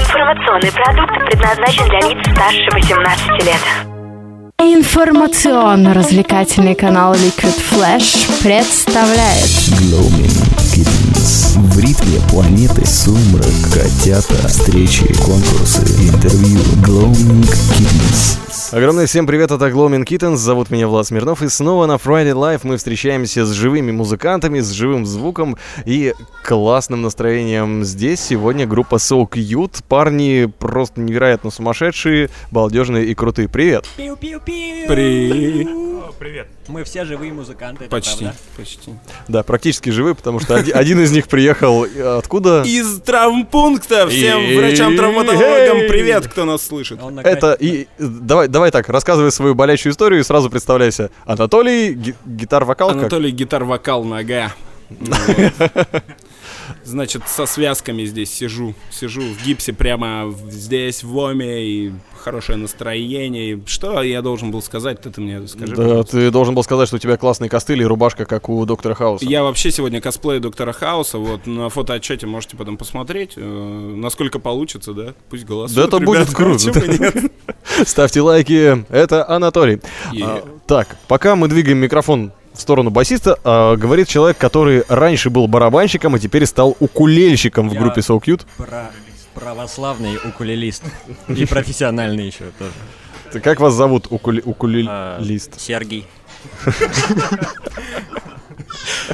Информационный продукт предназначен для лиц старше 18 лет. Информационно-развлекательный канал Liquid Flash представляет Glowing Kittens. В ритме планеты сумрак, котята, встречи, конкурсы, интервью. Glowing Kittens. Огромное всем привет от Агломин Kittens. Зовут меня Влад Смирнов. И снова на Friday Live мы встречаемся с живыми музыкантами, с живым звуком и классным настроением. Здесь сегодня группа So Cute. Парни просто невероятно сумасшедшие, балдежные и крутые. Привет! Пиу-пиу-пиу. Мы все живые музыканты, это Почти, правда. почти. Да, практически живые, потому что оди- один из них приехал э, откуда? Из травмпункта! Всем И- врачам-травматологам Эй! привет, кто нас слышит. Он на грани- Это и давай, давай так, рассказывай свою болящую историю и сразу представляйся. Анатолий, ги- гитар-вокал, как? Анатолий гитар-вокал нога. Значит, со связками здесь сижу. Сижу в гипсе прямо в- здесь, в ломе, и хорошее настроение. И Что я должен был сказать, ты, ты мне скажи. Да, ты должен был сказать, что у тебя классные костыли и рубашка, как у доктора Хауса. Я вообще сегодня косплею доктора Хауса, вот на фотоотчете можете потом посмотреть, э, насколько получится, да? Пусть голосуют. Да это будет ребята, круто. почему нет? Ставьте лайки. Это Анатолий. И- А, так, пока мы двигаем микрофон в сторону басиста, а, говорит человек, который раньше был барабанщиком, а теперь стал укулельщиком в Я- группе So Cute. пра- православный укулелист. И профессиональный еще тоже. Ты- Как вас зовут, укуле- А, укулелист? Сергей.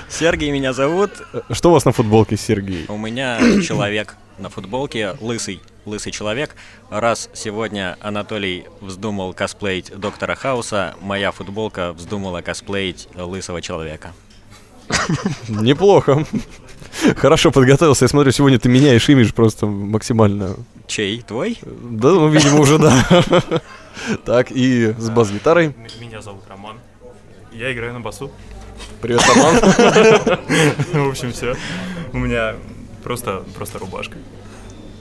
Сергей меня зовут. Что у вас на футболке, Сергей? У меня человек на футболке лысый. Лысый человек. Раз сегодня Анатолий вздумал косплеить доктора Хауса, моя футболка вздумала косплеить лысого человека. Неплохо. Хорошо подготовился. Я смотрю, сегодня ты меняешь имидж просто максимально. Чей? Твой? Да, ну, видимо, уже да. Так, и с бас-гитарой. М- Меня зовут Роман. Я играю на басу. Привет, Роман. В общем, все. У меня просто, просто рубашка.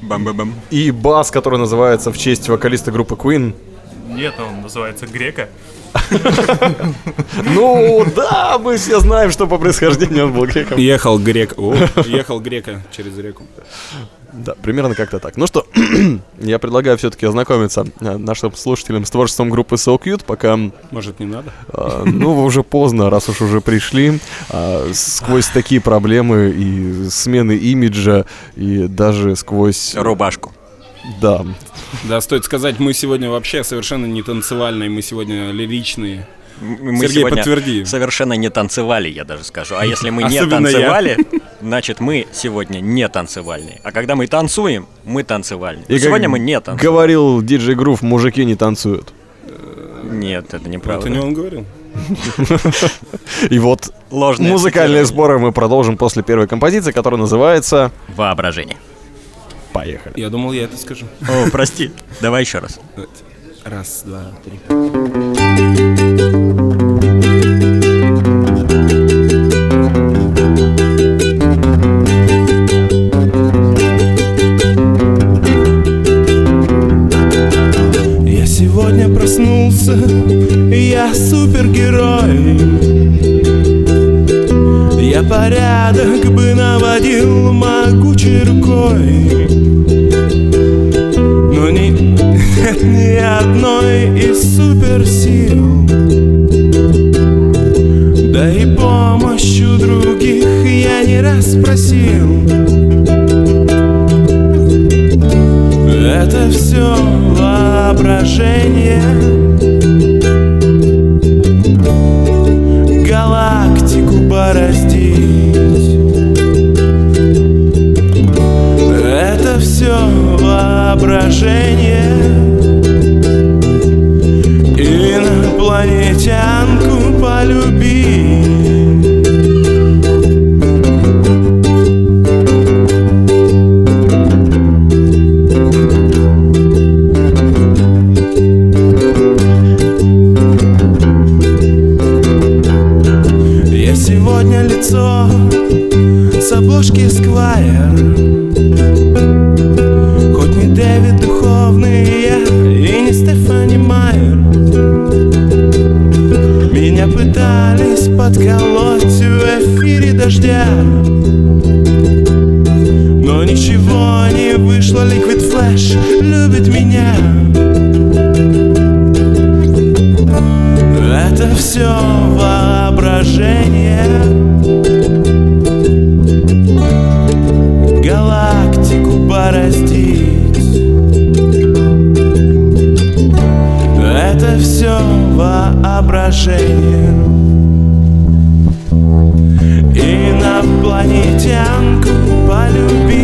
Бам-бам-бам. И бас, который называется в честь вокалиста группы Queen. Нет, он называется Грека. Ну да, мы все знаем, что по происхождению он был греком. Ехал грек. О, ехал грека через реку. Да, примерно как-то так. Ну что, я предлагаю все-таки ознакомиться э, нашим слушателям с творчеством группы So Cute, пока, Может, не надо? э, ну, уже поздно, раз уж уже пришли, э, сквозь такие проблемы и смены имиджа, и даже сквозь... Рубашку. Да, Да, стоит сказать, мы сегодня вообще совершенно не танцевальные, мы сегодня лиричные. М- Мы Сергей, сегодня подтверди. совершенно не танцевали, я даже скажу. А если мы не Особенно я. танцевали, значит мы сегодня не танцевальные. А когда мы танцуем, мы танцевальные. И как сегодня мы не танцуем. говорил диджей Грув, мужики не танцуют. Нет, это Это неправда. не он говорил? И вот Ложное музыкальные цитирование. сборы мы продолжим после первой композиции, которая называется... Воображение. Поехали. Я думал, я это скажу. О, прости. Давай еще раз. Раз, два, три. Я сегодня проснулся, и я супергерой. Я порядок бы наводил могучей рукой. Но ни, нет ни одной из суперсил. Да и помощью других я не раз просил. Это все воображение Галактику бороздить Это все воображение Инопланетянку полюбить Я сегодня лицо с обложки Сквайр Хоть не Дэвид духовный я и не Стефани Майер Меня пытались Флэш любит меня Это все воображение Галактику бороздить Это все воображение Инопланетянку полюбить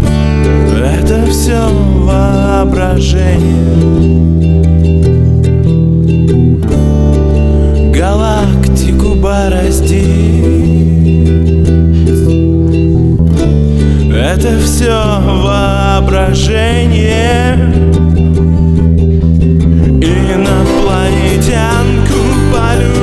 Это все воображение Галактику бороздить Это все воображение Инопланетянку полюбить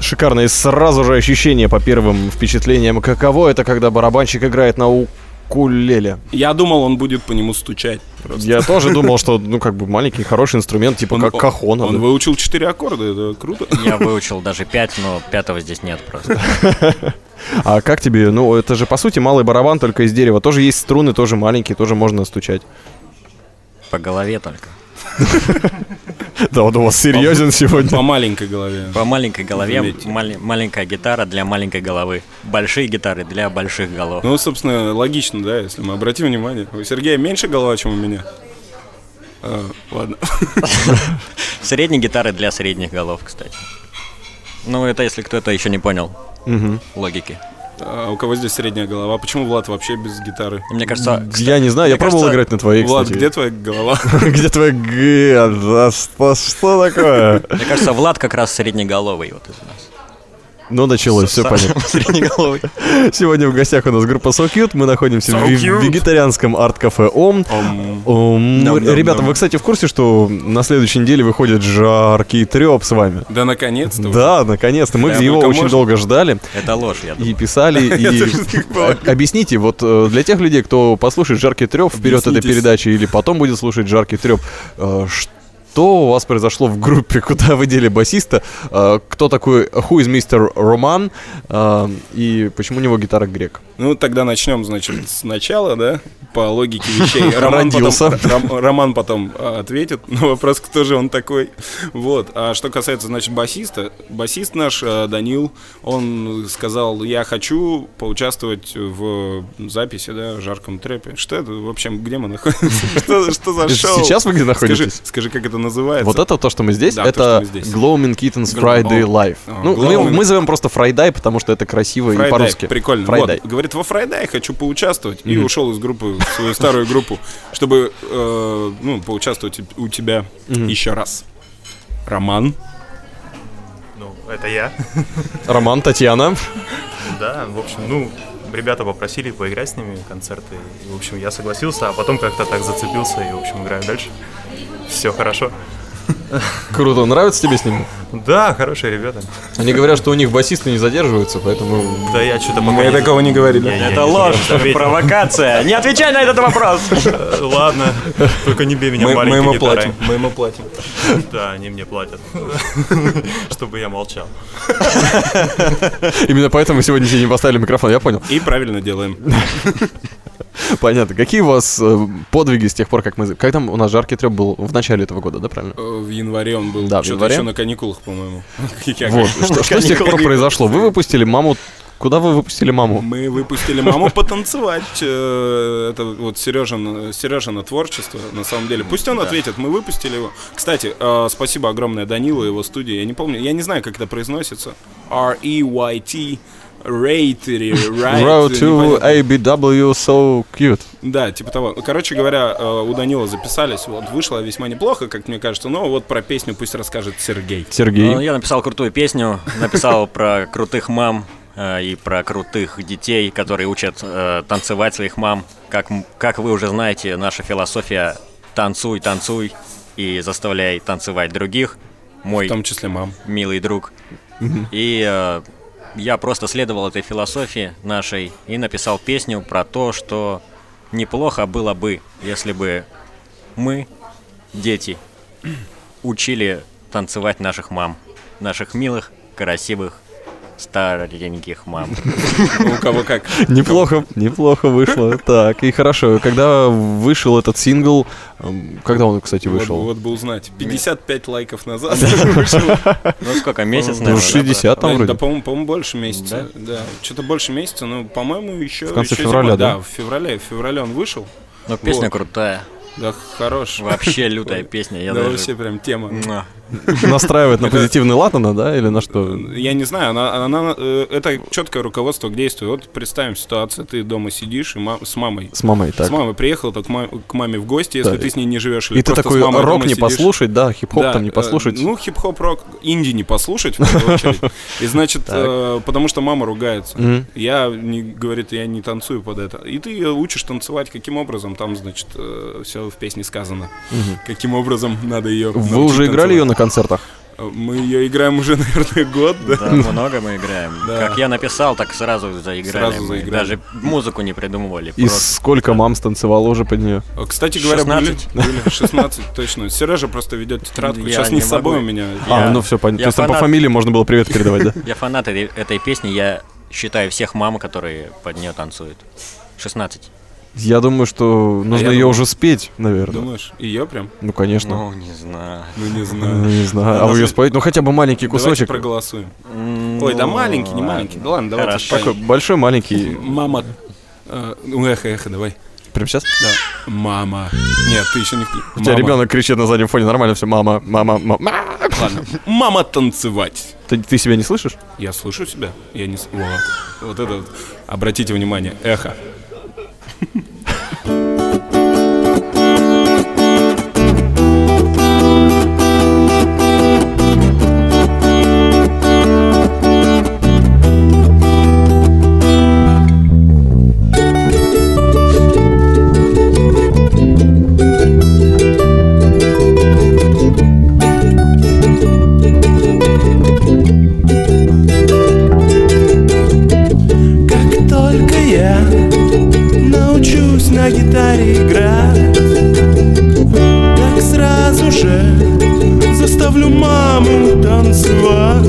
Шикарно. И сразу же ощущение по первым впечатлениям. Каково это, когда барабанщик играет на укулеле? Я думал, он будет по нему стучать. просто. Я тоже думал, что, ну, как бы маленький хороший инструмент, типа Он- как кахон. Он он- выучил четыре аккорда, это круто. Я выучил даже пять, но пятого здесь нет просто. А как тебе? Ну, это же, по сути, малый барабан, только из дерева. Тоже есть струны, тоже маленькие, тоже можно стучать. По голове только. Да, он у вас серьезен сегодня. По маленькой голове. По маленькой голове Заметьте. мали- маленькая гитара для маленькой головы. Большие гитары для больших голов. Ну, собственно, логично, да, если мы обратим внимание. У Сергея меньше голова, чем у меня. А, ладно. Средние гитары для средних голов, кстати. Ну, это если кто-то еще не понял логики. А у кого здесь средняя голова? А Почему Влад вообще без гитары? Мне кажется, кста- Я не знаю, я мне пробовал кажется, играть на твоей, Влад, кстати. где твоя голова? Где твоя г? Да что- Что такое? Мне кажется, Влад как раз среднеголовый вот из нас. Ну, началось, все Сам- понятно. Среднеголовый. Сегодня в гостях у нас группа So Cute. Мы находимся в So ве- Cute. вегетарианском арт-кафе Ом. Ом. Ням, ням, ну, Ребята, ням. вы, кстати, в курсе, что на следующей неделе выходит жаркий треп с вами? Да, наконец-то. уже. Да, наконец-то. Мы Да, его только очень можно. долго ждали Это ложь, я думаю. и писали. И о- объясните, вот э, для тех людей, кто послушает жаркий треп вперед этой Объяснитесь. передачи или потом будет слушать жаркий треп, что у вас произошло в группе, куда вы дели басиста, Э, кто такой Who is Mr. Roman Э, и почему у него гитара грек? Ну, тогда начнем, значит, сначала, да? По логике вещей. Роман Родился. потом, Ром- Роман потом а, ответит на вопрос, кто же он такой. Вот. А что касается, значит, басиста. Басист наш, а, Данил, он сказал, я хочу поучаствовать в записи, да, в жарком трэпе. Что это? В общем, где мы находимся? Что, что за шоу? Сейчас вы где Скажи, находитесь? скажи, как это называется. Вот это то, что мы здесь, Да, то, что это мы здесь. Gloaming Kittens Glow- Friday о, Live. о, Ну, мы, Gloaming. мы зовем просто Friday, потому что это красиво Фрайдай, и по-русски. Прикольно. Friday. Вот, говорит, во Фрайдай хочу поучаствовать. И ушел из группы, в свою старую группу, чтобы э, ну, поучаствовать у тебя еще раз. Роман. Ну, это я. Роман, Татьяна. Да, в общем, ну, ребята попросили поиграть с ними концерты. И, в общем, я согласился, а потом как-то так зацепился и, в общем, играю дальше. Все хорошо. Круто, нравится тебе с ним? Да, хорошие ребята. Они говорят, что у них басисты не задерживаются, поэтому... Да я что-то пока не- не Я- говорили. я Это не- ложь, не ответил. провокация. Не отвечай на этот вопрос. Э, Ладно, только не бей меня Мы, мы маленькой ему гитарой. платим. Мы ему платим. Да, они мне платят, чтобы я молчал. Именно поэтому мы сегодня тебе не поставили микрофон, я понял. И правильно делаем. Понятно. Какие у вас э, подвиги с тех пор, как мы... Когда у нас жаркий треп был? В начале этого года, да, правильно? Э, В январе он был. Да, в Что-то январе. еще на каникулах, по-моему. Я Вот, говорю, что, что с тех пор произошло? Вы выпустили маму... Куда вы выпустили маму? Мы выпустили маму потанцевать. Э, Это вот Сережин, Сережина творчество, на самом деле. Пусть он ответит, мы выпустили его. Кстати, э, спасибо огромное Данилу и его студии. Я не помню, я не знаю, как это произносится. E R-E-Y-T. Рейтери, Road to right, ABW So Cute. Да, типа того. Короче говоря, э, у Данила записались. Вот вышло весьма неплохо, как мне кажется. Но вот про песню пусть расскажет Сергей. Сергей. Ну, Я написал крутую песню, написал про крутых мам э, и про крутых детей, которые учат э, танцевать своих мам. Как, м- как вы уже знаете, наша философия «танцуй, танцуй и заставляй танцевать других». Мой В том числе мам. милый друг. И э, я просто следовал этой философии нашей и написал песню про то, что неплохо было бы, если бы мы, дети, учили танцевать наших мам, наших милых, красивых, стареньких мам. У кого как. Неплохо, неплохо вышло. Так, и хорошо. Когда вышел этот сингл, эм, когда он, кстати, Вот, вышел? вот бы узнать. 55 лайков назад вышел. Ну сколько, месяц, Ну, наверное? 60 там Да, вроде. по-моему, по-моему, больше месяца. Да. Что-то больше месяца, но, по-моему, еще... В конце февраля, да? Да, в феврале. В феврале он вышел. Ну песня Вот. крутая. Да, хорош. Вообще лютая песня. Я да, даже... ну, вообще прям тема. Муа. Настраивает на позитивный лад она, да, или на что? Я не знаю, она, она- э, это четкое руководство к действию. Вот представим ситуацию, ты дома сидишь и ма- с мамой. С мамой С так. мамой приехал так, к ма- к маме в гости, если Да. ты с ней не живешь. или И ты просто с такой мамой рок дома не сидишь. послушать, да, хип-хоп Да, там не э, послушать. Ну, хип-хоп, рок, инди не послушать, в первую очередь. И значит, э, потому что мама ругается. Мгм. Я, не, говорит, я не танцую под это. И ты её учишь танцевать, каким образом, там, значит, все в песне сказано. Каким образом надо ее Вы уже типа играли ее на концертах? Э, Мы ее играем уже, наверное, год, да? Да, много мы играем. Да. Как я написал, так сразу заиграли. Сразу мы. заиграли. Даже музыку не придумывали. И просто. сколько мам станцевало уже под нее? А, Кстати говоря, были, 16. были 16, точно. Сережа просто ведет тетрадку. Я Сейчас не, не с собой могу. у меня. Я- А, ну все понятно. я То есть там по фанат. фамилии можно было привет передавать, да? Я фанат этой, этой песни, я считаю всех мам, которые под нее танцуют. 16. Я думаю, что нужно А я ее думал- уже спеть, наверное. Думаешь, ее прям? Ну, конечно. Ну, не знаю. Ну, не Ну, знаю. не знаю. А Давайте- вы ее споете? Ну, хотя бы маленький Давайте кусочек. проголосуем. ну, Ой, да маленький, не маленький. Да ладно, давайте. Хорошо. споем. Такой большой, маленький. Мама. э, Ну, эхо, эхо, давай. Прям сейчас? Да. Мама. Нет, ты еще не вклю- У тебя Мама. ребенок кричит на заднем фоне, нормально все, мама, мама, мама. Ладно. Мама танцевать. Ты, ты себя не слышишь? Я слышу себя. Я не... с- Вот. Вот это вот. Обратите внимание. Эхо. Как только я научусь на гитаре играть, так сразу же заставлю маму танцевать.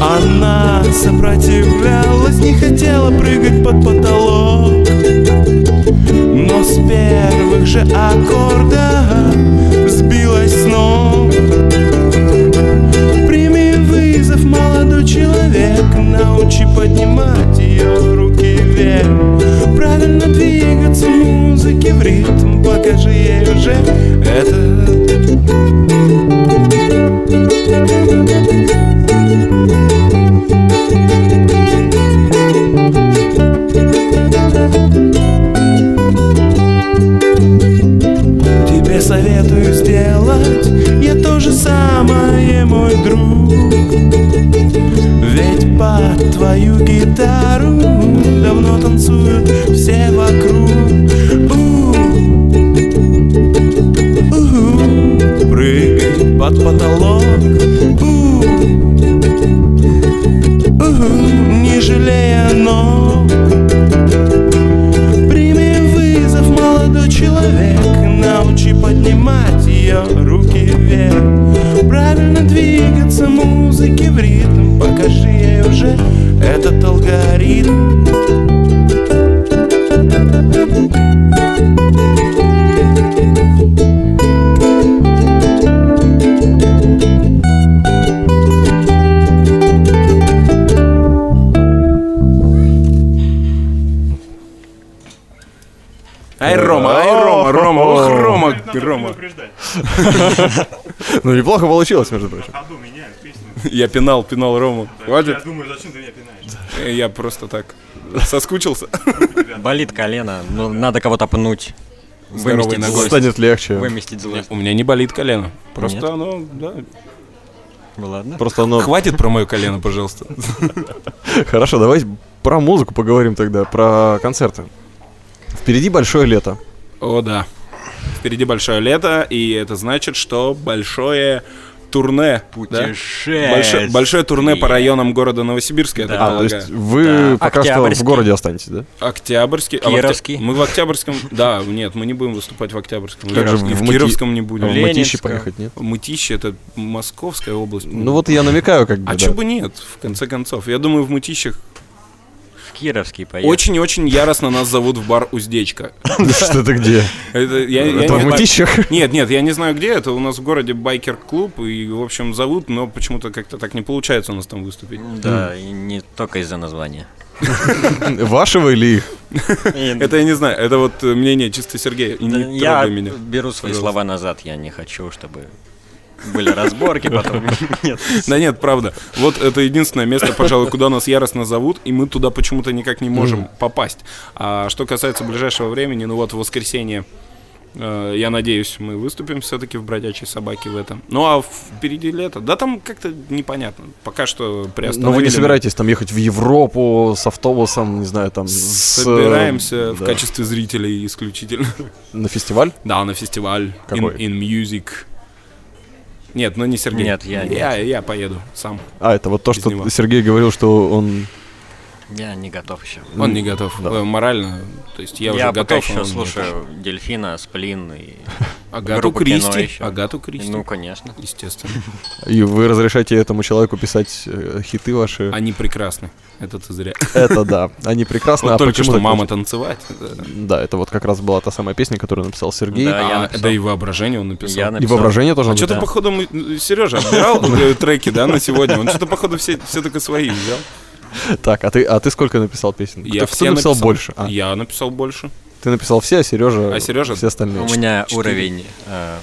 Она сопротивлялась, не хотела прыгать под потолок, но с первых же аккордов сбилась с ног. Прими вызов, молодой человек Научи поднимать ее руки вверх Правильно двигаться музыке в ритм Покажи ей уже это Тебе советую сделать Я то же самое, мой друг Ведь под твою гитару Давно танцуют все вокруг У, у, Прыгай под потолок У, у, Не жалея ног Прими вызов, молодой человек Научи поднимать ее руки вверх Правильно двигаться музыке в ритм Покажи ей уже этот алгоритм Ай, Рома, ай, Рома, Рома, ох, Рома, Рома. Ну, неплохо получилось, между прочим. Я пинал, пинал Рому. Хватит. думаю, зачем ты меня пинаешь? Я просто так соскучился. Болит колено, но надо кого-то пнуть. Здоровой Выместить ногой. злость. Станет легче. Выместить злость. У меня не болит колено. Просто Нет. оно, да. Ну, Ладно. Просто оно... Хватит про мое колено, пожалуйста. Хорошо, давайте про музыку поговорим тогда, про концерты. Впереди большое лето. О, да. Впереди большое лето, и это значит, что большое турне. да? Путешествие. Большое, большое турне по районам города Новосибирска, я так Да. А, то полагаю. есть вы Да, пока что в Октябрьский. городе останетесь, да? Октябрьский. а в Октя- Кировский. Мы в Октябрьском... Да, нет, мы не будем выступать в Октябрьском. Как же И в в Мыти- Кировском не А в будем. Ле- Мытищи Ленинска. поехать, нет? Мытищи — это Московская область. Ну вот я намекаю, как бы. А да. чё бы нет, в конце концов? Я думаю, в Мытищах В Кировский поехал. очень-очень яростно нас зовут в бар «Уздечка». Что это где? Это, я, я Это не в знаю- Мытищах? Нет, нет, я не знаю где, это у нас в городе байкер-клуб, и, в общем, зовут, но почему-то как-то так не получается у нас там выступить. Да, и не только из-за названия. Вашего или их? Это я не знаю, это вот э, мнение чисто Сергея, и Да, не Я трогай меня. беру свои пожалуйста. слова назад, я не хочу, чтобы были разборки потом. Нет. Да нет, правда. Вот это единственное место, пожалуй, куда нас яростно зовут, и мы туда почему-то никак не можем попасть. А что касается ближайшего времени, ну вот в воскресенье, э, я надеюсь, мы выступим все-таки в «Бродячей собаке» в этом. Ну а впереди лето. Да там как-то непонятно. Пока что приостановили. Но Ну, вы не мы. собираетесь там ехать в Европу с автобусом, не знаю, там... с, э, Собираемся в да, качестве зрителей исключительно. На фестиваль? Да, на фестиваль. Какой? In, in Music. Нет, ну не Сергей. Нет, я не. Я, я поеду сам. А, это вот то, Без что него. Сергей говорил, что он... Я не готов еще. Он не готов. да. Э, Морально. То есть я, Я, уже пока готов. а еще он не готов. слушаю Дельфина, Сплин и... Агату группу кино Кристи. еще. Агату Кристи. Ну, конечно. Естественно. И вы разрешаете этому человеку писать э, хиты ваши? Они прекрасны. Это ты зря. Это да, они прекрасно. Вот а только почему что так мама танцевать. Да. получилось? Да, это вот как раз была та самая песня, которую написал Сергей. Да, я А, написал. да и воображение он написал. Я И написал. воображение тоже. А что ты, написал. походу, Сережа отбирал э, треки, да, на сегодня? Он что-то, походу, все, все только свои взял. Так, а ты, а ты сколько написал песен? Кто- кто, написал, больше? А, Я написал больше. Ты написал все, а Сережа, А Сережа- все остальные. У меня Четыре. А уровень э,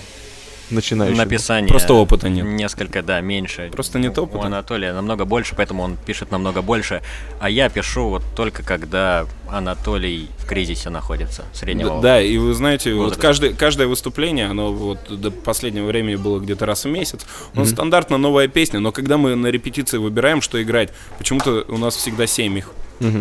Начинающий. написания... Просто опыта нет. Несколько, да, меньше. Просто нет У опыта. Анатолия намного больше, поэтому он пишет намного больше. А я пишу вот только когда Анатолий в кризисе находится, Да, среднего. да, и вы знаете, вот Возраст. каждое, каждое выступление, оно вот до последнего времени было где-то раз в месяц. Ну, стандартно новая песня, но когда мы на репетиции выбираем, что играть, почему-то у нас всегда семь их.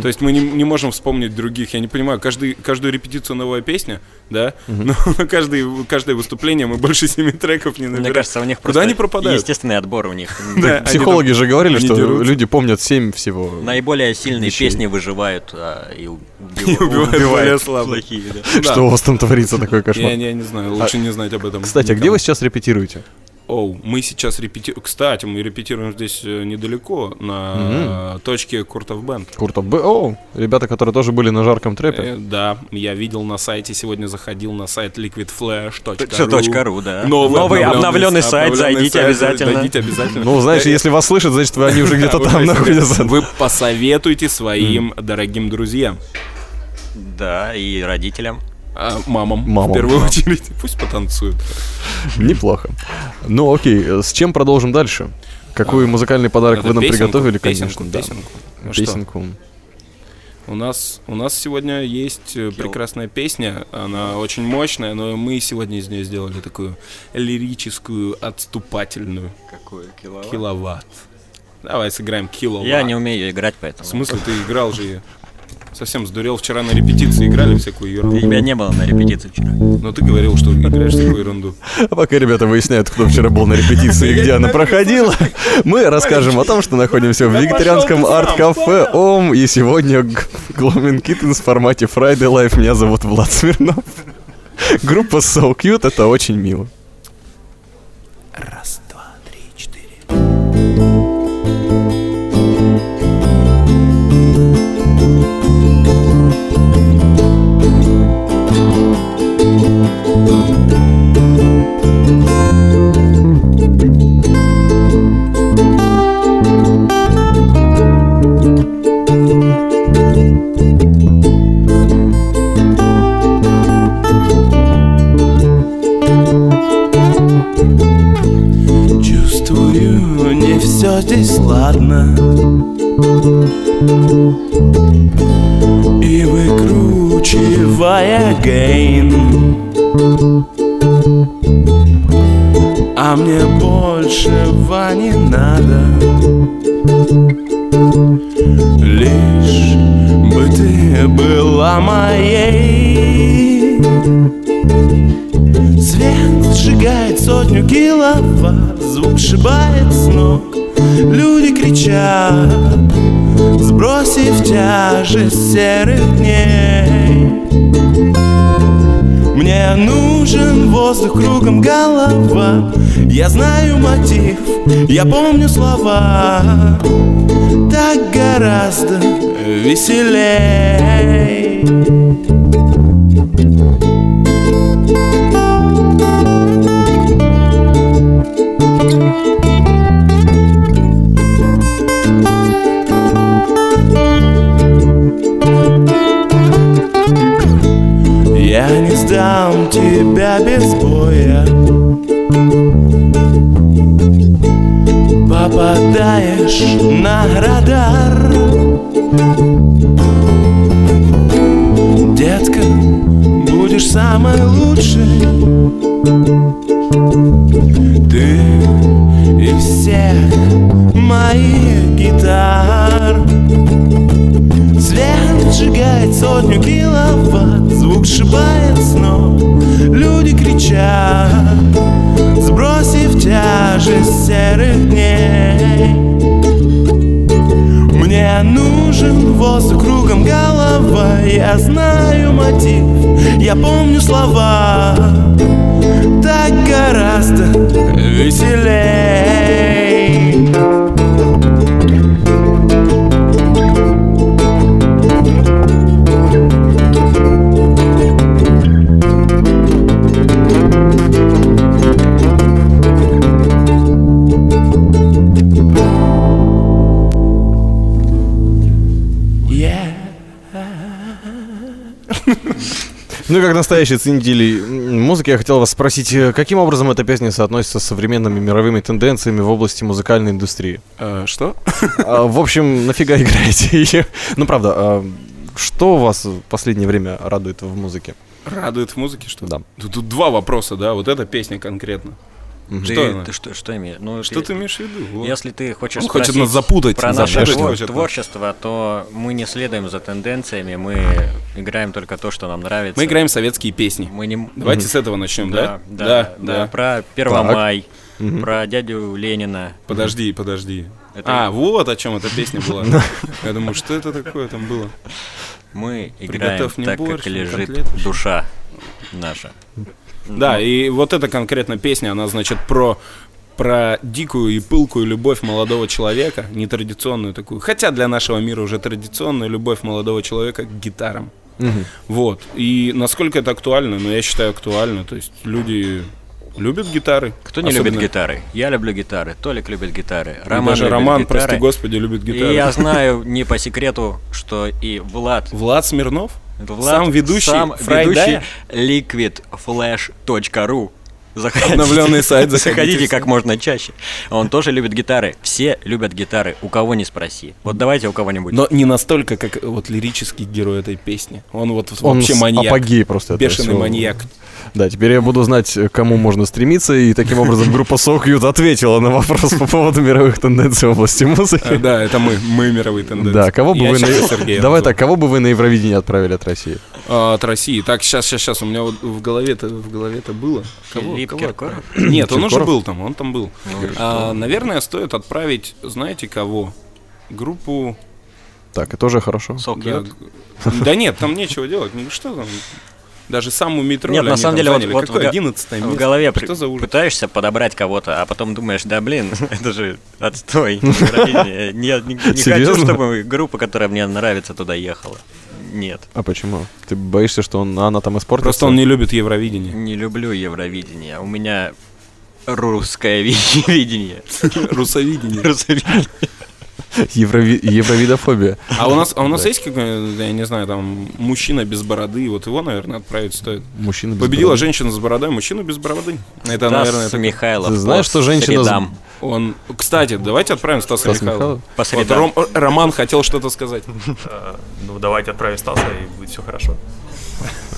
То есть мы не, не можем вспомнить других. Я не понимаю, каждый, каждую репетицию новая песня, да? Но на каждый, каждое выступление мы больше семи треков не набираем. Мне кажется, у них Куда просто они пропадают? естественный отбор у них. Да, они Психологи же говорили, они что дерутся. люди помнят семь всего. Наиболее сильные Вещей. песни выживают а, и уб- И убивают более слабых. плохие. да. там- да. Что у вас там творится такой Я, кошмар? я не знаю, лучше не знать об этом. Кстати, а где никому. вы сейчас репетируете? Оу, мы сейчас репетируем. Кстати, мы репетируем здесь э, недалеко, на э, точке Куртов Бенд. Куртов Б. О, ребята, которые тоже были на жарком Э, трэпе. Да, я видел на сайте, сегодня заходил на сайт Точка точка liquidflash.ru ру, да. Новый обновленный сайт, обновленный зайдите сайт, обязательно. Зайдите обязательно. Ну, знаешь, Да, если вас слышат, значит, вы- они уже да, где-то вы там знаете, находятся. Вы посоветуйте своим дорогим друзьям, Да, и родителям. а, мамам, Мамам. в первую очередь. Пусть потанцуют. Неплохо. Ну, окей, э, с чем продолжим дальше? Какой музыкальный подарок Надо вы нам песенку, приготовили, песенку, конечно? да. песенку. Ну что, Песенку. У нас, у нас сегодня есть э, прекрасная песня, она очень мощная, но мы сегодня из нее сделали такую лирическую, отступательную. Какой Киловатт. Давай сыграем киловатт. Я не умею играть, В поэтому. смысле, ты играл же ее? Совсем сдурел, вчера на репетиции играли всякую ерунду. Тебя не было на репетиции вчера. Но ты говорил, что играешь всякую ерунду. А пока ребята выясняют, кто вчера был на репетиции и где она проходила, мы расскажем о том, что находимся в вегетарианском арт-кафе ОМ. И сегодня Г- Гломин Киттенс в формате Friday Life. Меня зовут Влад Смирнов. Группа So Cute, это очень мило. Чувствую, не все здесь ладно И выкручивая гейн А мне большего не надо Лишь бы ты была моей Свет сжигает достигает сотню киловатт Звук сшибает с ног, люди кричат Сбросив тяжесть серых дней мне нужен воздух кругом голова Я знаю мотив, я помню слова Так гораздо веселей Я не сдам тебя без боя Попадаешь на радар Детка, будешь самой лучшей Ты и всех моих гитар Свет сжигает сотню киловатт Звук сшибает с ног Люди кричат Сбросив тяжесть серых дней Мне нужен воздух кругом голова Я знаю мотив, я помню слова Так гораздо веселей Yeah. Ну, как настоящий ценитель м, музыки, я хотел вас спросить, э, каким образом эта песня соотносится с современными мировыми тенденциями в области музыкальной индустрии? Э, Что? А, В общем, нафига играете ее? Ну, правда, а что вас в последнее время радует в музыке? Радует в музыке, что? ли? Да. Тут, тут два вопроса, да, вот эта песня конкретно. Ты, Что она? ты что, что имеешь? Ну, Что ты имеешь в виду? Вот. Если ты хочешь Он хочет спросить нас запутать, про наше запутать твор- хочет нас. творчество, то мы не следуем за тенденциями, мы играем только то, что нам нравится. Мы играем советские песни. Мы не... Давайте с этого начнем, Да, да? да, да, Про Первомай, про дядю Ленина. Подожди, подожди. Это- А, вот о чем эта песня была. Я думаю, что это такое там было? Мы играем Приготовь мне так, борщ, как мне лежит котлеточек. душа наша. Да, и вот эта конкретно песня, она, значит, про про дикую и пылкую любовь молодого человека, нетрадиционную такую, хотя для нашего мира уже традиционная любовь молодого человека к гитарам. Вот. И насколько это актуально? Ну, я считаю, актуально. То есть люди любят гитары. Кто не Особенно- любит гитары? Я люблю гитары, Толик любит гитары, И Роман Даже любит Роман, гитары. прости господи, любит гитары. И я знаю не по секрету, что и Влад Влад Смирнов? Влад, сам ведущий сам Фрайдая? ведущий liquidflash.ru. Заходите. Обновленный сайт, заходите. Заходите как можно чаще. Он тоже любит гитары. Все любят гитары. У кого не спроси. Вот давайте у кого-нибудь. Но не настолько, как вот лирический герой этой песни. Он вот Он вообще с- маньяк. апогей просто. этого Бешеный всего. маньяк. Да, теперь я буду знать, э, к кому можно стремиться, и таким образом группа Сокьют ответила на вопрос по поводу мировых тенденций в области А, музыки. Да, это мы, мы мировые тенденции. Да, кого бы А, ну, Я вы на... щас Сергея Давай назову. так, кого бы вы на Евровидение отправили от России? А, От России. Так, сейчас, сейчас, сейчас. У меня вот в голове-то в голове-то было. Кого? Филипп кого Киркоров? отправить? Нет, он уже Киркоров? был там, он там был. Ну, А, Наверное, стоит отправить, знаете кого? Группу. Так, и тоже хорошо. Сок Да, Йод. г- да нет, там нечего делать. Ну что там? Даже саму метро. Нет, на самом деле, вот, вот в, какое го- 11 в голове при- Что за ужас? пытаешься подобрать кого-то, а потом думаешь, да блин, это же отстой. Евровидение. Я не, не хочу, Серьезно? чтобы группа, которая мне нравится, туда ехала. Нет. А почему? Ты боишься, что он, она там испортится? Просто он не любит Евровидение. Не люблю Евровидение. У меня русское ви- видение. Русовидение. Русовидение. Еврови- Евровидофобия. А у нас, а у нас есть какой-нибудь, я не знаю, там мужчина без бороды, вот его, наверное, отправить стоит. Мужчина без Победила бороды. женщина с бородой, мужчина без бороды. Это, наверное, Стас это Михайлов. Ты знаешь, по что женщина с- средам. он. Кстати, давайте отправим Стаса Стас Михайлова. Михайлов? По Вот средам. Ром- Роман хотел что-то сказать. Э, Ну, давайте отправим Стаса, и будет все хорошо.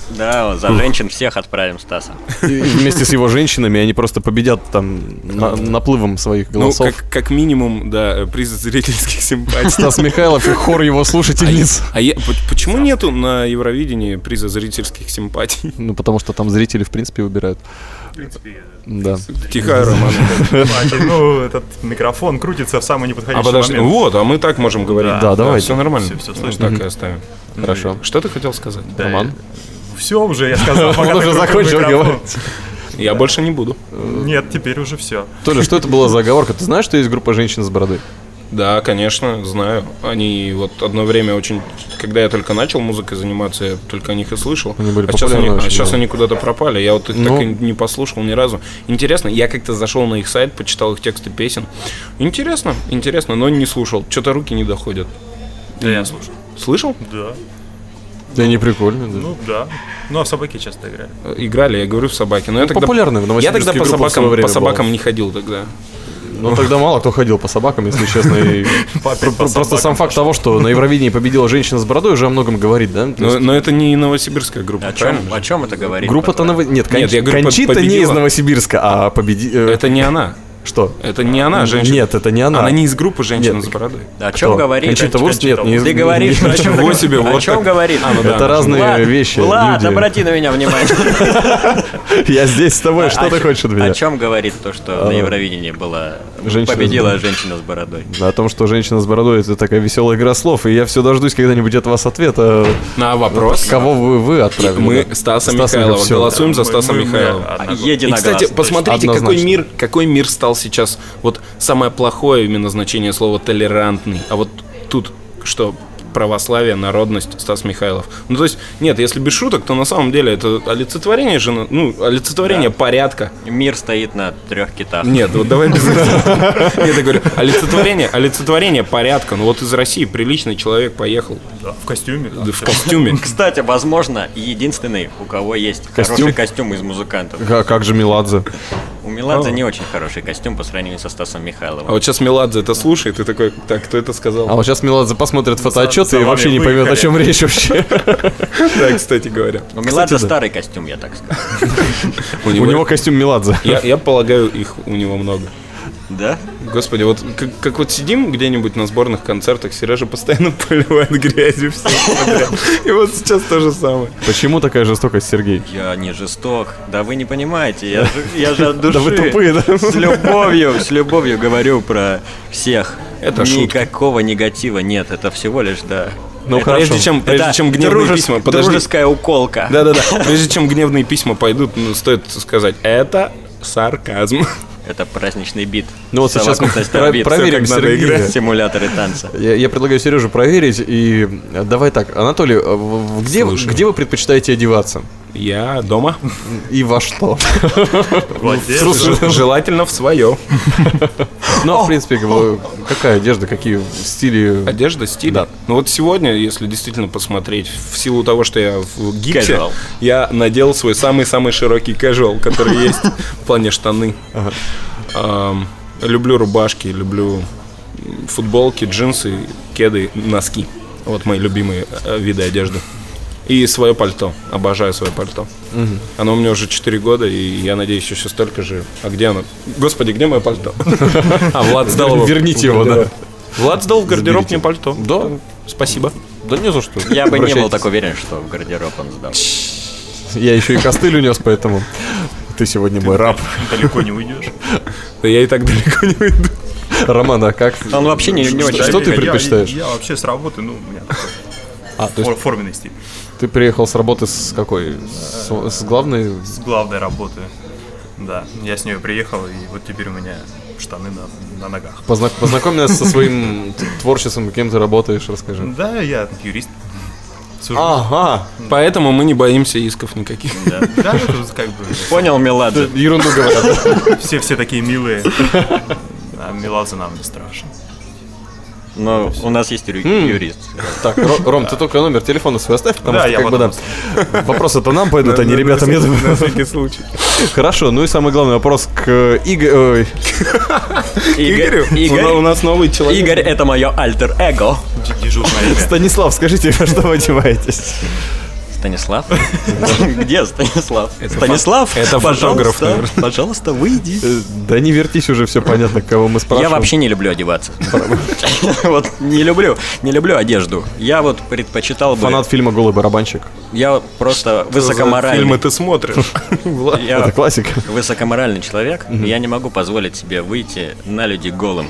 Да, вот за женщин всех отправим Стаса. И вместе с его женщинами они просто победят там на- наплывом своих Ну, голосов. как, как минимум, да, э, приз зрительских симпатий. Стас Михайлов и хор его слушательниц. А я- по- почему нету на Евровидении приза зрительских симпатий? Ну, потому что там зрители, в принципе, выбирают. принципе, Да. Тихая Роман. хватит. Ну, этот микрофон крутится в самый А неподходящий подожди, момент. Э, вот, а мы так можем говорить. Да, давайте. Все нормально. Всё- всё слышно. так и оставим. Хорошо. Что ты хотел сказать? Роман? Все уже, я сказал, пока Он ты уже крутил закончил микрофон. говорить. Я больше не буду. Нет, теперь уже все. Толя, что это была за оговорка? Ты знаешь, что есть группа женщин с бородой? Да, конечно, знаю. Они вот одно время очень... Когда я только начал музыкой заниматься, я только о них и слышал. Они были а сейчас, популярны они, а очень, сейчас да. они куда-то пропали. Я вот их Ну. так и не послушал ни разу. Интересно, я как-то зашел на их сайт, почитал их тексты песен. Интересно, интересно, но не слушал. Что-то руки не доходят. Да, я слушаю. Слышал? Да, Да не прикольно. даже. ну да. Ну, а в собаке часто играли. Э, Играли, я говорю, в собаке. Но я тогда... популярны Ну, в Я тогда новосибирских по группах в свое собакам, время по собакам была. не ходил тогда. Ну тогда мало кто ходил по собакам, если честно. и Папе про- по Просто собакам сам факт того, что на Евровидении победила женщина с бородой, уже о многом говорит, да? То Но, есть но это не новосибирская группа, А О правильно? чем, о чем это говорит? Группа-то по-твоему? нова- Нет, Нет, я Конч- говорю, Кончита не из победила. Новосибирска, а победи... э, Это не она. Что? Это не она, женщина. Нет, это не она. Она не из группы «Женщина Нет. с бородой». О чем говорит? Кончита Вурст? Нет, не из... Ты говоришь, о чем Ничего себе, о вот чем так. говорит? А, ну да. Это разные Влад, вещи, Влад, люди. обрати на меня внимание. Я здесь с А тобой, что О ты чё- хочешь от меня? А, О чем говорит то, что на Евровидении была Женщина с победила бородой. женщина с бородой? О том, что женщина с бородой это такая веселая игра слов, и я все дождусь когда-нибудь от вас ответа. На вопрос. Кого вы, вы отправили? Ну, Мы да? Стаса Стаса Михайлова всё. голосуем за Стаса мы- мы Михайлова. одного. И, А, Единогласно. кстати, посмотрите, какой Однозначно. мир, какой мир стал сейчас. Вот самое плохое именно значение слова толерантный. А вот тут что православие, народность, Стас Михайлов. Ну, то есть, нет, если без шуток, то на самом деле это олицетворение же, на- ну, олицетворение порядка. Мир стоит на трех китах. Нет, вот давай без этого. Нет, я говорю, олицетворение, олицетворение порядка. Ну, вот из России приличный человек поехал Да, в костюме. да. да, в костюме. Кстати, возможно, единственный, у кого есть Костюм? хороший костюм из музыкантов. А как же Меладзе? У Меладзе не очень хороший костюм по сравнению со Стасом Михайловым. А вот сейчас Меладзе это слушает и такой, так, кто это сказал? А вот сейчас Меладзе Ну, посмотрит фотоотчеты и вами вообще не поймет, о выехали. чем речь вообще. Да, кстати говоря. У Меладзе старый костюм, я так скажу. У У него костюм Меладзе. Я, я полагаю, их у него много. Да? Господи, вот как, как вот сидим где-нибудь на сборных концертах, Сережа постоянно поливает грязью все. И вот сейчас то же самое. Почему такая жестокость, Сергей? Я не жесток. Да вы не понимаете, я же, я же от души. Да вы тупые, да? С любовью, с любовью говорю про всех. Это Никакого негатива нет, это всего лишь, да. Ну Прежде чем, прежде Это чем гневные дружес- письма, подожди. Дружеская уколка. Да-да-да, прежде чем гневные письма пойдут, ну, стоит сказать, это сарказм. Это праздничный бит. Ну вот сейчас мы Совокупность про- орбит. проверим Всё, как надо Сергея. играть. Симуляторы танца. Я, я предлагаю Сережу проверить и э, давай так, Анатолий, э, в- в- где, вы- Слушаю. где вы предпочитаете одеваться Я дома. и во что? В одежде. Ж- Желательно в свое. Ну, а в принципе, как бы, какая одежда, какие стили? Одежда, стиль. Да. Ну вот сегодня, если действительно посмотреть, в силу того, что я в гипсе, Casual. я надел свой самый-самый широкий casual, который есть в плане штаны. Ам, Люблю рубашки, люблю м, футболки, джинсы, кеды, носки. Вот мои любимые э, виды одежды. И свое пальто. Обожаю свое пальто. Оно у меня уже 4 года, и я надеюсь, еще столько же. А где оно? Господи, где мое пальто? А Влад сдал его. Верните его, да. гардероб. Влад сдал в гардероб мне пальто. Да, Спасибо. да не за что. Я бы не был Обращайтесь. так уверен, что в гардероб он сдал. Я еще и костыль унес, поэтому ты сегодня мой раб. Далеко не уйдешь. Да я и так далеко не уйду. Роман, а как? Он вообще не, не очень. что Да, ты я- предпочитаешь? Я я вообще с работы, ну, у меня такой А, то фор- есть форменный стиль. ты приехал с работы с какой? С, с главной? С главной работы. Да, я с нее приехал, и вот теперь у меня штаны на, на ногах. Позна- Познакомь нас со своим т- творчеством, кем ты работаешь, расскажи. Да, я юрист. Служу. А. Ага, Поэтому мы не боимся исков никаких. Да, да, тут как бы Понял, Меладзе? ерунду говорят. все, все такие милые. А Меладзе нам не страшно. Но у нас есть юри- юрист. Так, Ро- Ром, ты только номер телефона свой оставь, потому Да, что я как бы да. потом Вопросы-то нам пойдут, а не ребятам. я думаю. случай. Хорошо, ну и самый главный вопрос к э, Игорю. Игорь, У Игорь, нас новый человек. Игорь, это мое альтер-эго. Дежурное имя. Станислав, скажите, во что вы одеваетесь? Станислав? Где Станислав? Станислав? это фотограф, пожалуйста, наверное. Пожалуйста, выйди. Э, Да не вертись уже, все понятно, кого мы спрашиваем. Я вообще не люблю одеваться. Вот не люблю, не люблю одежду. Я вот предпочитал бы... фанат фильма «Голый барабанщик». Я просто Фильмы высокоморальный. ты смотришь. Ну, Я- Это классика. высокоморальный человек, я не могу позволить себе выйти на людей голым.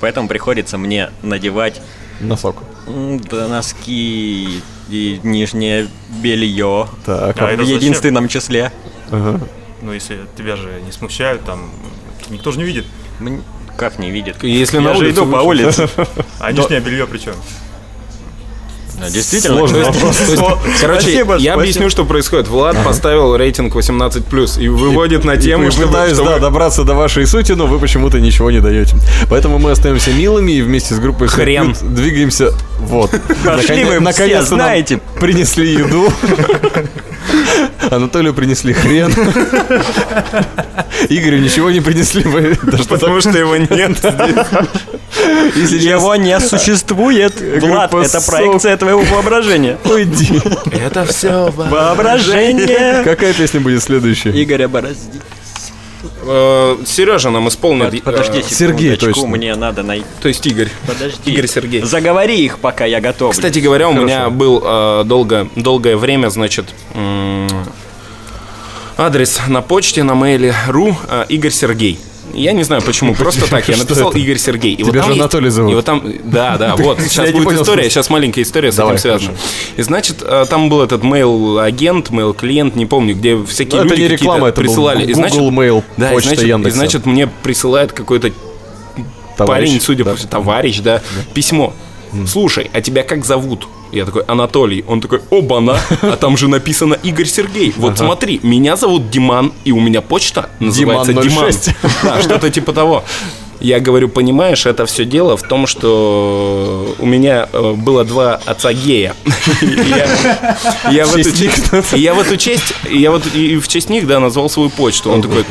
Поэтому приходится мне надевать Носок. м, да, носки и нижнее белье Так. А в это зачем? единственном числе. Ну, если тебя же не смущают, там никто же не видит. М, Как не видит? Если Я же иду по улице. А нижнее белье причем? Ну, Действительно. То есть- то есть- Короче, Спасибо, я спасибо. объясню, что происходит. Влад поставил рейтинг 18+, и выводит на тему, Я чтобы- пытаюсь, чтобы- да, добраться до вашей сути, но вы почему-то ничего не даете. Поэтому мы остаемся милыми и вместе с группой «Всё Хрен. пьют» двигаемся. Вот. Пошли вы все, наконец-то нам знаете. принесли еду. Анатолию принесли хрен. Игорю ничего не принесли. Вы- Да что Потому что его нет. Если Его не существует. Влад, Группа это «Сок». проекция твоего воображения. уйди. Это все. Воображение. Какая песня будет следующей? Игоря Борозди. э, Сережа нам исполнит. э, Подожди Сергей, секундочку, точно. мне надо найти. То есть Игорь. Подожди. Игорь Сергеевич. Заговори их, пока я готов. Кстати говоря, у меня был э, долго, долгое время, значит, м, адрес на почте, на мейле ру э, Игорь Сергей. Я не знаю почему, просто так. Я Что написал это? Игорь Сергей. И Тебя там же есть- Анатолий зовут. И вот там, да, да, вот. Сейчас не будет понял история, смысла. сейчас маленькая история с Давай, этим связана. И значит, э, там был этот мейл-агент, мейл-клиент, не помню, где всякие Ну, это люди не реклама, это какие-то был присылали. И значит- Google Mail, да, и почта значит- И Яндекса. значит, мне присылает какой-то Товарищ. парень, судя по всему, товарищ, да, письмо. Слушай, а тебя как зовут? Я такой, Анатолий. Он такой, обана, а там же написано Игорь Сергей. Вот смотри, меня зовут Диман, и у меня почта называется Диман Диман. 06. Да, что-то типа того. Я говорю, понимаешь, это все дело в том, что у меня э, было два отца гея. И я- Я в эту честь них честь, и я в эту честь, и я вот и в честь них, да, назвал свою почту. Он такой,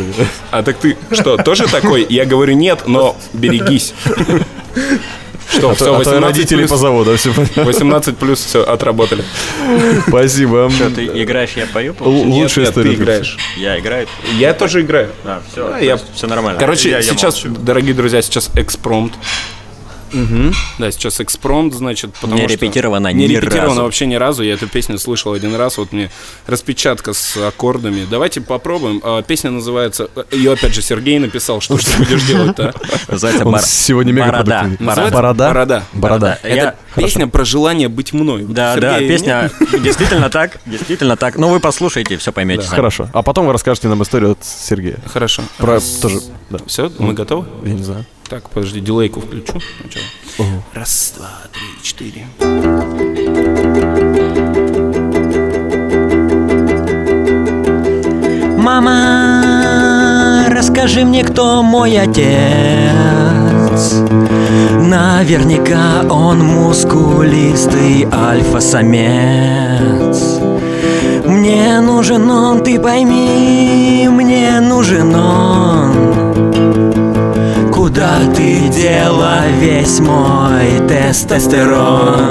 а так ты что, тоже такой? Я говорю, нет, но берегись. Что, все, А то 18 родители плюс, позовут, да, все понятно. 18 плюс, все, отработали. Спасибо. Что ты играешь, я пою? Л- получается? Нет, Лучшая нет, ты история. играешь. Я играю. А, Я тоже играю. Да, все. Да, А, я- Все нормально. Короче, Я- я сейчас, дорогие друзья, сейчас экспромт. Да, сейчас экспромт, значит, потому Не что... репетировано Не ни репетировано разу. вообще ни разу. Я эту песню слышал один раз. Вот мне распечатка с аккордами. Давайте попробуем. А, Песня называется... Ее опять же Сергей написал, что ж ты будешь делать-то, а? Называется Он бар- сегодня мега Борода. продуктивный. Борода. Называется Борода? Борода. Борода. Я- Это песня про желание быть мной. Вот Да, да, Сергей, песня действительно так, действительно так. Ну, вы послушайте, все поймете. сами. Хорошо. А потом вы расскажете нам историю от Сергея. ну, Хорошо. Про тоже. Да. Все, мы готовы? Я не знаю. Так, подожди, дилейку включу. Сначала. Раз, два, три, четыре. Мама, расскажи мне, кто мой отец. Наверняка он мускулистый альфа-самец. Мне нужен он, ты пойми, мне нужен он. Куда ты дела весь мой тестостерон?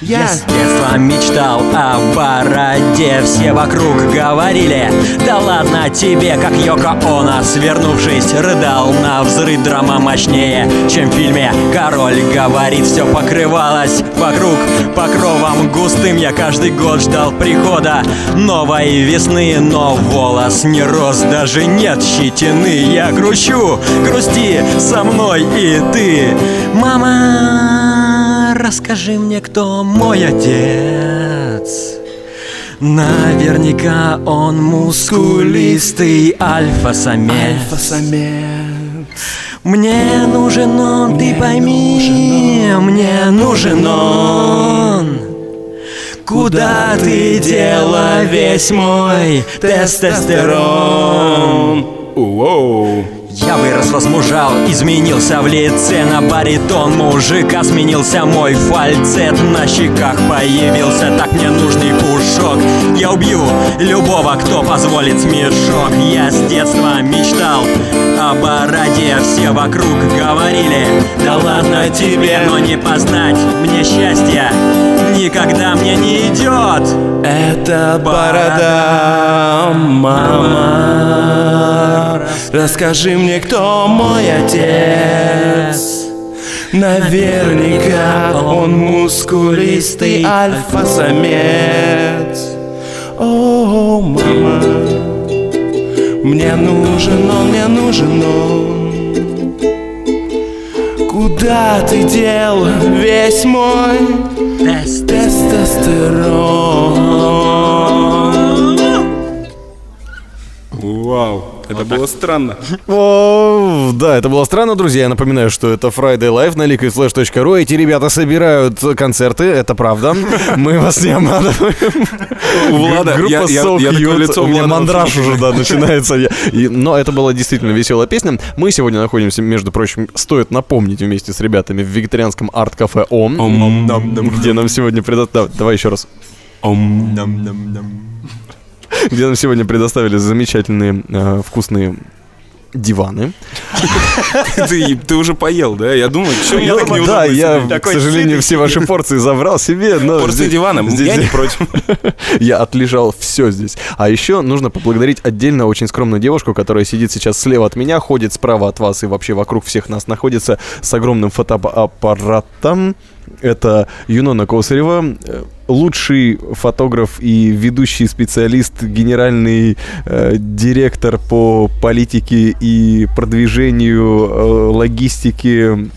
Я с детства мечтал о бороде Все вокруг говорили Да ладно тебе, как Йоко Оно Свернувшись, рыдал на взрыв Драма мощнее, чем в фильме Король говорит, все покрывалось Вокруг покровом густым Я каждый год ждал прихода Новой весны, но волос не рос Даже нет щетины Я грущу, грусти со мной и ты Мама Расскажи мне, кто мой отец Наверняка он мускулистый альфа-самец Мне нужен он, ты пойми Мне нужен он Куда ты дела весь мой тестостерон? Уоу. Я вырос, возмужал, изменился в лице На баритон мужика сменился мой фальцет На щеках появился так мне нужный пушок Я убью любого, кто позволит смешок Я с детства мечтал о бороде Все вокруг говорили, да ладно тебе Но не познать мне счастья никогда мне не идет. Это борода, мама Расскажи мне, кто мой отец Наверняка он мускулистый альфа-самец О, мама Мне нужен он, мне нужен он Куда ты дел весь мой Тестостерон. Вау, это было странно. О, да, это было странно, друзья. Я напоминаю, что это Friday Live на liquidflash.ru. Эти ребята собирают концерты, это правда. Мы вас не обманываем. У Влада, Группа я, я- «Soak я такое Youth». лицо У меня Влада мандраж вообще. уже, да, начинается. Я- и- Но это была действительно веселая песня. Мы сегодня находимся, между прочим, стоит напомнить вместе с ребятами в вегетарианском арт-кафе «Он», где нам сегодня предоставили... Давай еще раз. Где нам сегодня предоставили замечательные э, вкусные диваны. Ты, ты уже поел, да? Я думаю, что я Ну, так не да, я, к Такой сожалению, все ваши порции забрал себе. Но Порции здесь- дивана, здесь- я не против. Я отлежал все здесь. А еще нужно поблагодарить отдельно очень скромную девушку, которая сидит сейчас слева от меня, ходит справа от вас и вообще вокруг всех нас находится с огромным фотоаппаратом. Это Юнона Косарева, э, лучший фотограф и ведущий специалист, генеральный э, директор по политике и продвижению, э, логистике,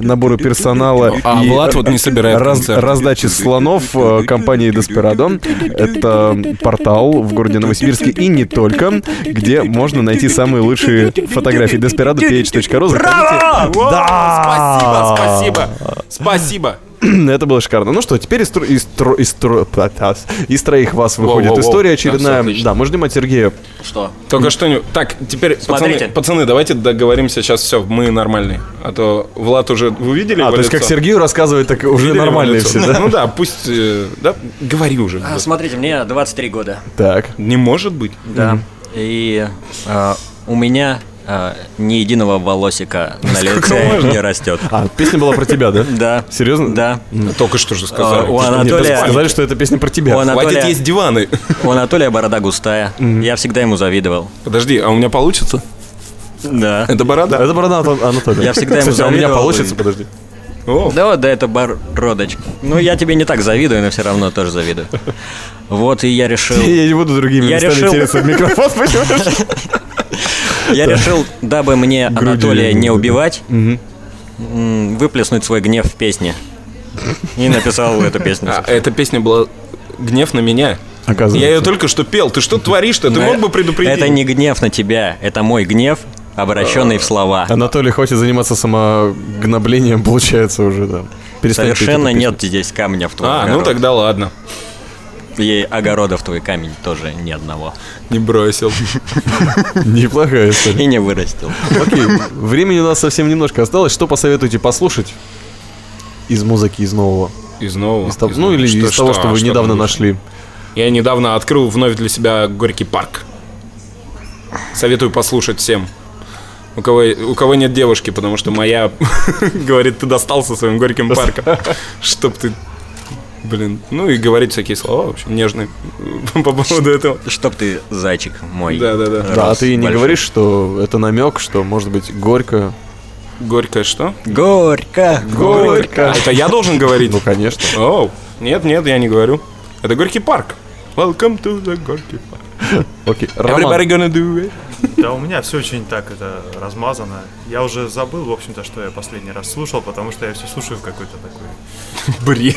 набору персонала. А и, Влад вот не собирает раз- концерт. раздачи слонов э, компании Desperado. Это портал в городе Новосибирске и не только, где можно найти самые лучшие фотографии Desperado, ph.ru. Заходите. О, Да! Спасибо, спасибо, спасибо. Это было шикарно. Ну что, теперь из, тро- из, тро- из, тро- патас. из троих вас выходит Воу-воу-воу. история Да, очередная. всё отлично. Да, мы ждем от Сергея. Что? Только что не... Так, теперь, Смотрите. пацаны, пацаны, давайте договоримся сейчас все, мы нормальные. А то Влад уже... Вы видели А, его то есть как лицо? Сергею рассказывает, так уже Видели его нормальные лицо? все, да? Ну да, пусть... э, Да, говори уже. А, Смотрите, мне 23 года. Так. Не может быть. Да. И э, у меня э, ни единого волосика на лице не растет. А, песня была про тебя, да? Да. Серьезно? Да. Только что же сказали. А, у Ты что, Нет, Анатолия- даже сказали, что это песня про тебя. У Хватит Анатолия, есть диваны. у Анатолия борода густая. Я всегда ему завидовал. Подожди, а у меня получится? Да. Это борода? Это про Ана- Анатолия. Я всегда ему Слушай, а у меня завидовал получится, и- подожди. О, Да вот, да, это бородочка. Ну, я тебе не так завидую, но все равно тоже завидую. Вот, и я решил... Я не буду другими Ну, Я местами решил. тереться в микрофон, понимаешь? Я решил, дабы мне Грудью Анатолия видно, не да. убивать, м, выплеснуть свой гнев в песне. И написал эту песню. а, эта песня была «Гнев на меня». Я ее Оказывается. только что пел. Ты что творишь-то? Ты Но мог бы предупредить? Ну, э, Это не гнев на тебя, это мой гнев, обращенный в слова. Анатолий хочет заниматься самогноблением, получается уже, да. Перестань петь Совершенно эту песню. нет здесь камня в твой А, ну огород. тогда ладно. И огорода в твой камень тоже ни одного. Не бросил. Неплохая история. И не вырастил. Окей, времени у нас совсем немножко осталось. Что посоветуете послушать? Из музыки, из нового. Из нового. Из того- ну или из того, что вы недавно нашли. Я недавно открыл вновь для себя Горький парк. Советую послушать всем. У кого, у кого нет девушки, потому что моя говорит, ты достался своим горьким парком. Чтоб ты... Блин. Ну и говорит всякие слова, в общем, нежные по поводу этого. Чтоб ты, зайчик мой. Да-да-да. Да, а рос ты не большой. говоришь, что это намек, что может быть горько. Горькое что? А Горько. Горько. Это я должен говорить? Ну конечно. Оу, нет, нет, я не говорю. Это Горький парк. Welcome to the Горький парк. Окей. Everybody Роман, gonna do it. Да, у меня все очень так это размазано. Я уже забыл, в общем-то, что я последний раз слушал, потому что я все слушаю в какой-то такой. Бред.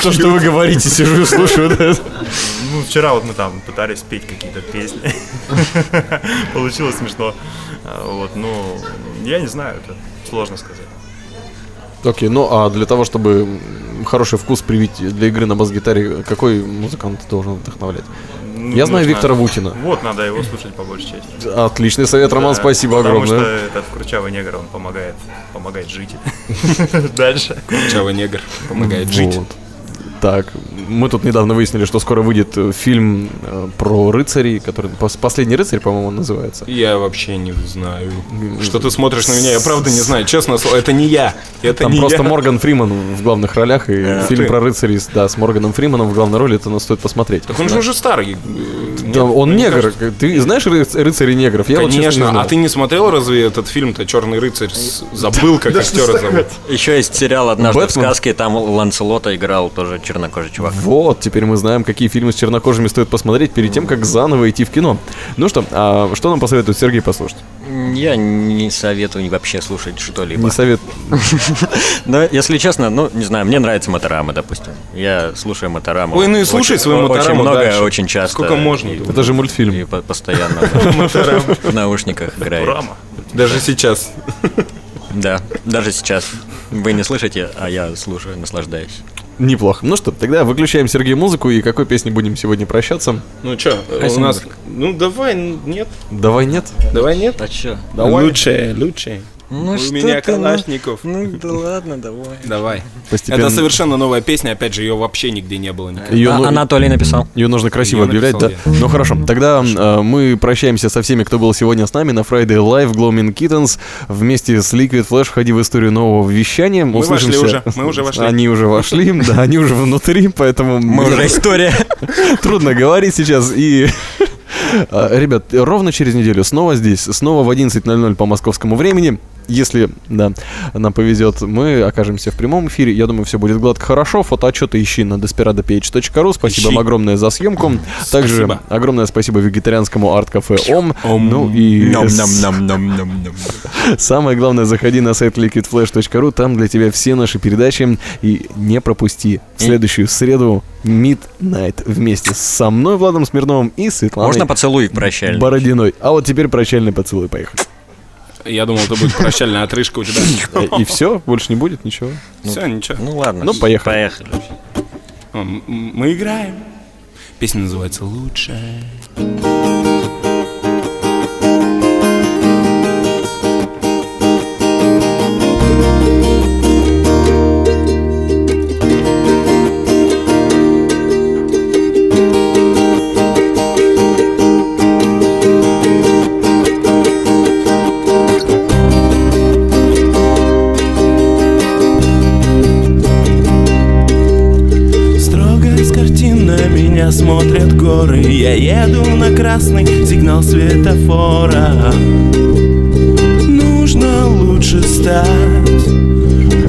то, что вы говорите, сижу и слушаю. да. Ну, вчера вот мы там пытались петь какие-то песни. Получилось смешно. А, Вот, ну, я не знаю, это сложно сказать. Окей, ну а для того, чтобы м, хороший вкус привить для игры на бас-гитаре, какой музыкант должен вдохновлять? Ну, Я знаю нужно- Виктора Вутина. Вот, надо его слушать по большей части. Отличный совет, Роман, Да, спасибо потому огромное. что этот Курчавый негр, он помогает, помогает жить. Дальше. Чава негр помогает жить. Вот. так. Мы тут недавно выяснили, что скоро выйдет э, фильм э, про рыцарей, который пос- «Последний рыцарь», по-моему, он называется. Я вообще не знаю. Что ты смотришь на меня? Я правда не знаю. Честно слово, это не я. Это Там не просто я. А, Морган Фриман в главных ролях, и фильм ты. про рыцарей с- да, с Морганом Фриманом в главной роли, это нас стоит посмотреть. Так он же уже старый. э, нет? Да, он Мне негр. кажется, Ты знаешь ры- рыцарей негров? Я вот честно, не Конечно, знал. а ты не смотрел разве этот фильм-то «Черный рыцарь»? С- Забыл, как актера зовут. Еще есть сериал «Однажды Бэтмен? в сказке», там Ланселота играл тоже чернокожий чувак. Вот, теперь мы знаем, какие фильмы с чернокожими стоит посмотреть перед тем, как заново идти в кино. Ну что, а что нам посоветует Сергей послушать? Я не советую вообще слушать что-либо. Не совет. Но, если честно, ну, не знаю, мне нравится Моторама, допустим. Я слушаю Мотораму. Ой, ну и слушай Очень- свою о- Очень Мотораму много, дальше. очень часто. Сколько можно? И, Это же и мультфильм. по- постоянно в наушниках играет. Рама. Даже сейчас. Да, даже сейчас. Вы не слышите, а я слушаю, наслаждаюсь. Неплохо. Ну что, тогда выключаем Сергею музыку и какой песней будем сегодня прощаться? Ну что, у нас... Ну давай, ну, нет. Давай нет. Давай нет. А чё? Лучше, лучше. Ну, У что меня ты, ну? калашников. Ну, да ладно, давай. Давай. Постепенно. Это совершенно новая песня, опять же, ее вообще нигде не было. никогда. Её, А- ну, Анатолий написал. Ее нужно красиво Её объявлять, да? написал Ну хорошо, тогда э, мы прощаемся со всеми, кто был сегодня с нами на Friday Live Gloaming Kittens. Вместе с Liquid Flash входи в историю нового вещания. Мы вошли уже, мы уже вошли. Они уже вошли, да, они уже внутри, поэтому... Мы уже история. Трудно говорить сейчас и... э, Ребят, ровно через неделю снова здесь, снова в 11.00 по московскому времени. Если, да, нам повезет, мы окажемся в прямом эфире. Я думаю, все будет гладко хорошо. Фотоотчеты ищи на desperadoph.ru. Спасибо Ищи. вам огромное за съемку. Также Спасибо. огромное спасибо вегетарианскому арт-кафе ОМ. Ну и с- самое главное, заходи на сайт liquidflash.ru. Там для тебя все наши передачи. И не пропусти в следующую среду Midnight вместе со мной, Владом Смирновым и Светланой Можно поцелуй прощальный? Бородиной. А вот теперь прощальный поцелуй. Поехали. Э, Я думал, это будет прощальная отрыжка у тебя. И все, больше не будет ничего. Все, ничего. Ну ладно. Ну, поехали. Поехали. М- м- Мы играем. Песня называется «Лучше». Строго с картин на меня смотрят горы Я еду на красный сигнал светофора Нужно лучше стать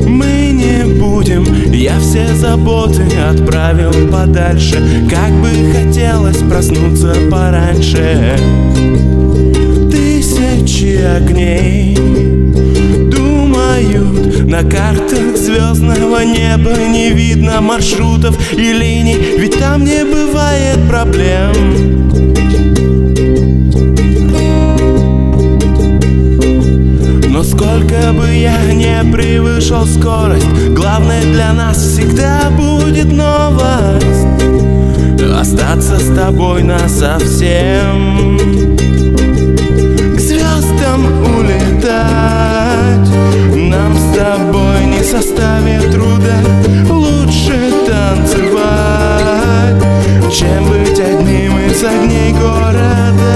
Мы не будем Я все заботы отправил подальше Как бы хотелось проснуться пораньше Тысячи огней Думают, на картах звездного неба не видно маршрутов и линий, ведь там не бывает проблем. Но сколько бы я не превышал скорость, главное для нас всегда будет новость. Остаться с тобой насовсем к звездам улетать Нам с тобой не составит труда Лучше танцевать Чем быть одним из огней города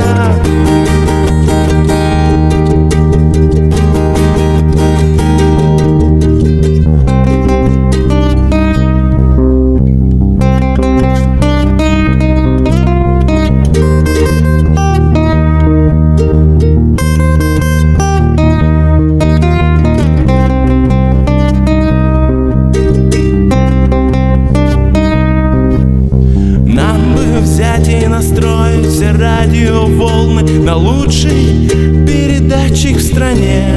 Нам бы взять и настроить все радиоволны На лучший передатчик в стране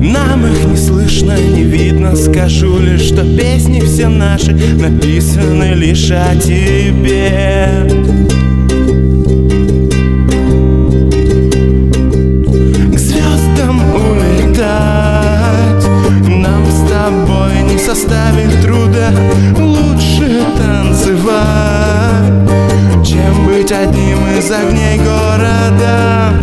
Нам их не слышно, не видно Скажу лишь, что песни все наши Написаны лишь о тебе к звездам улетать Нам с тобой не составит труда Лучше танцевать Чем быть одним из огней города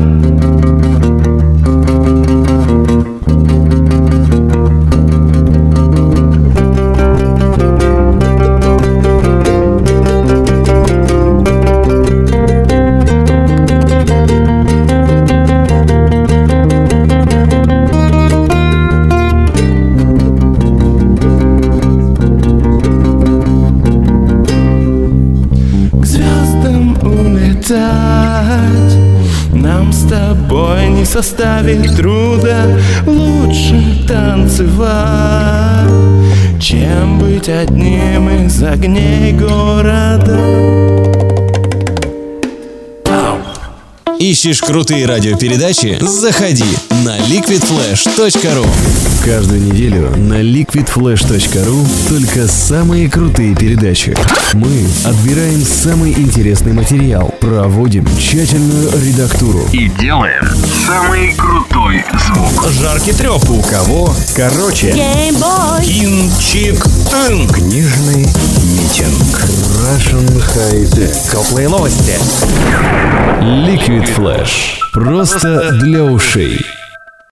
не составит труда Лучше танцевать, чем быть одним из огней города Ищешь крутые радиопередачи? Заходи на liquidflash.ru Каждую неделю на liquidflash.ru только самые крутые передачи. Мы отбираем самый интересный материал, проводим тщательную редактуру. И Жаркий трех у кого? Короче. Кинчик. книжный митинг. Russian High Tech. Теплые новости. Liquid Flash. Просто для ушей.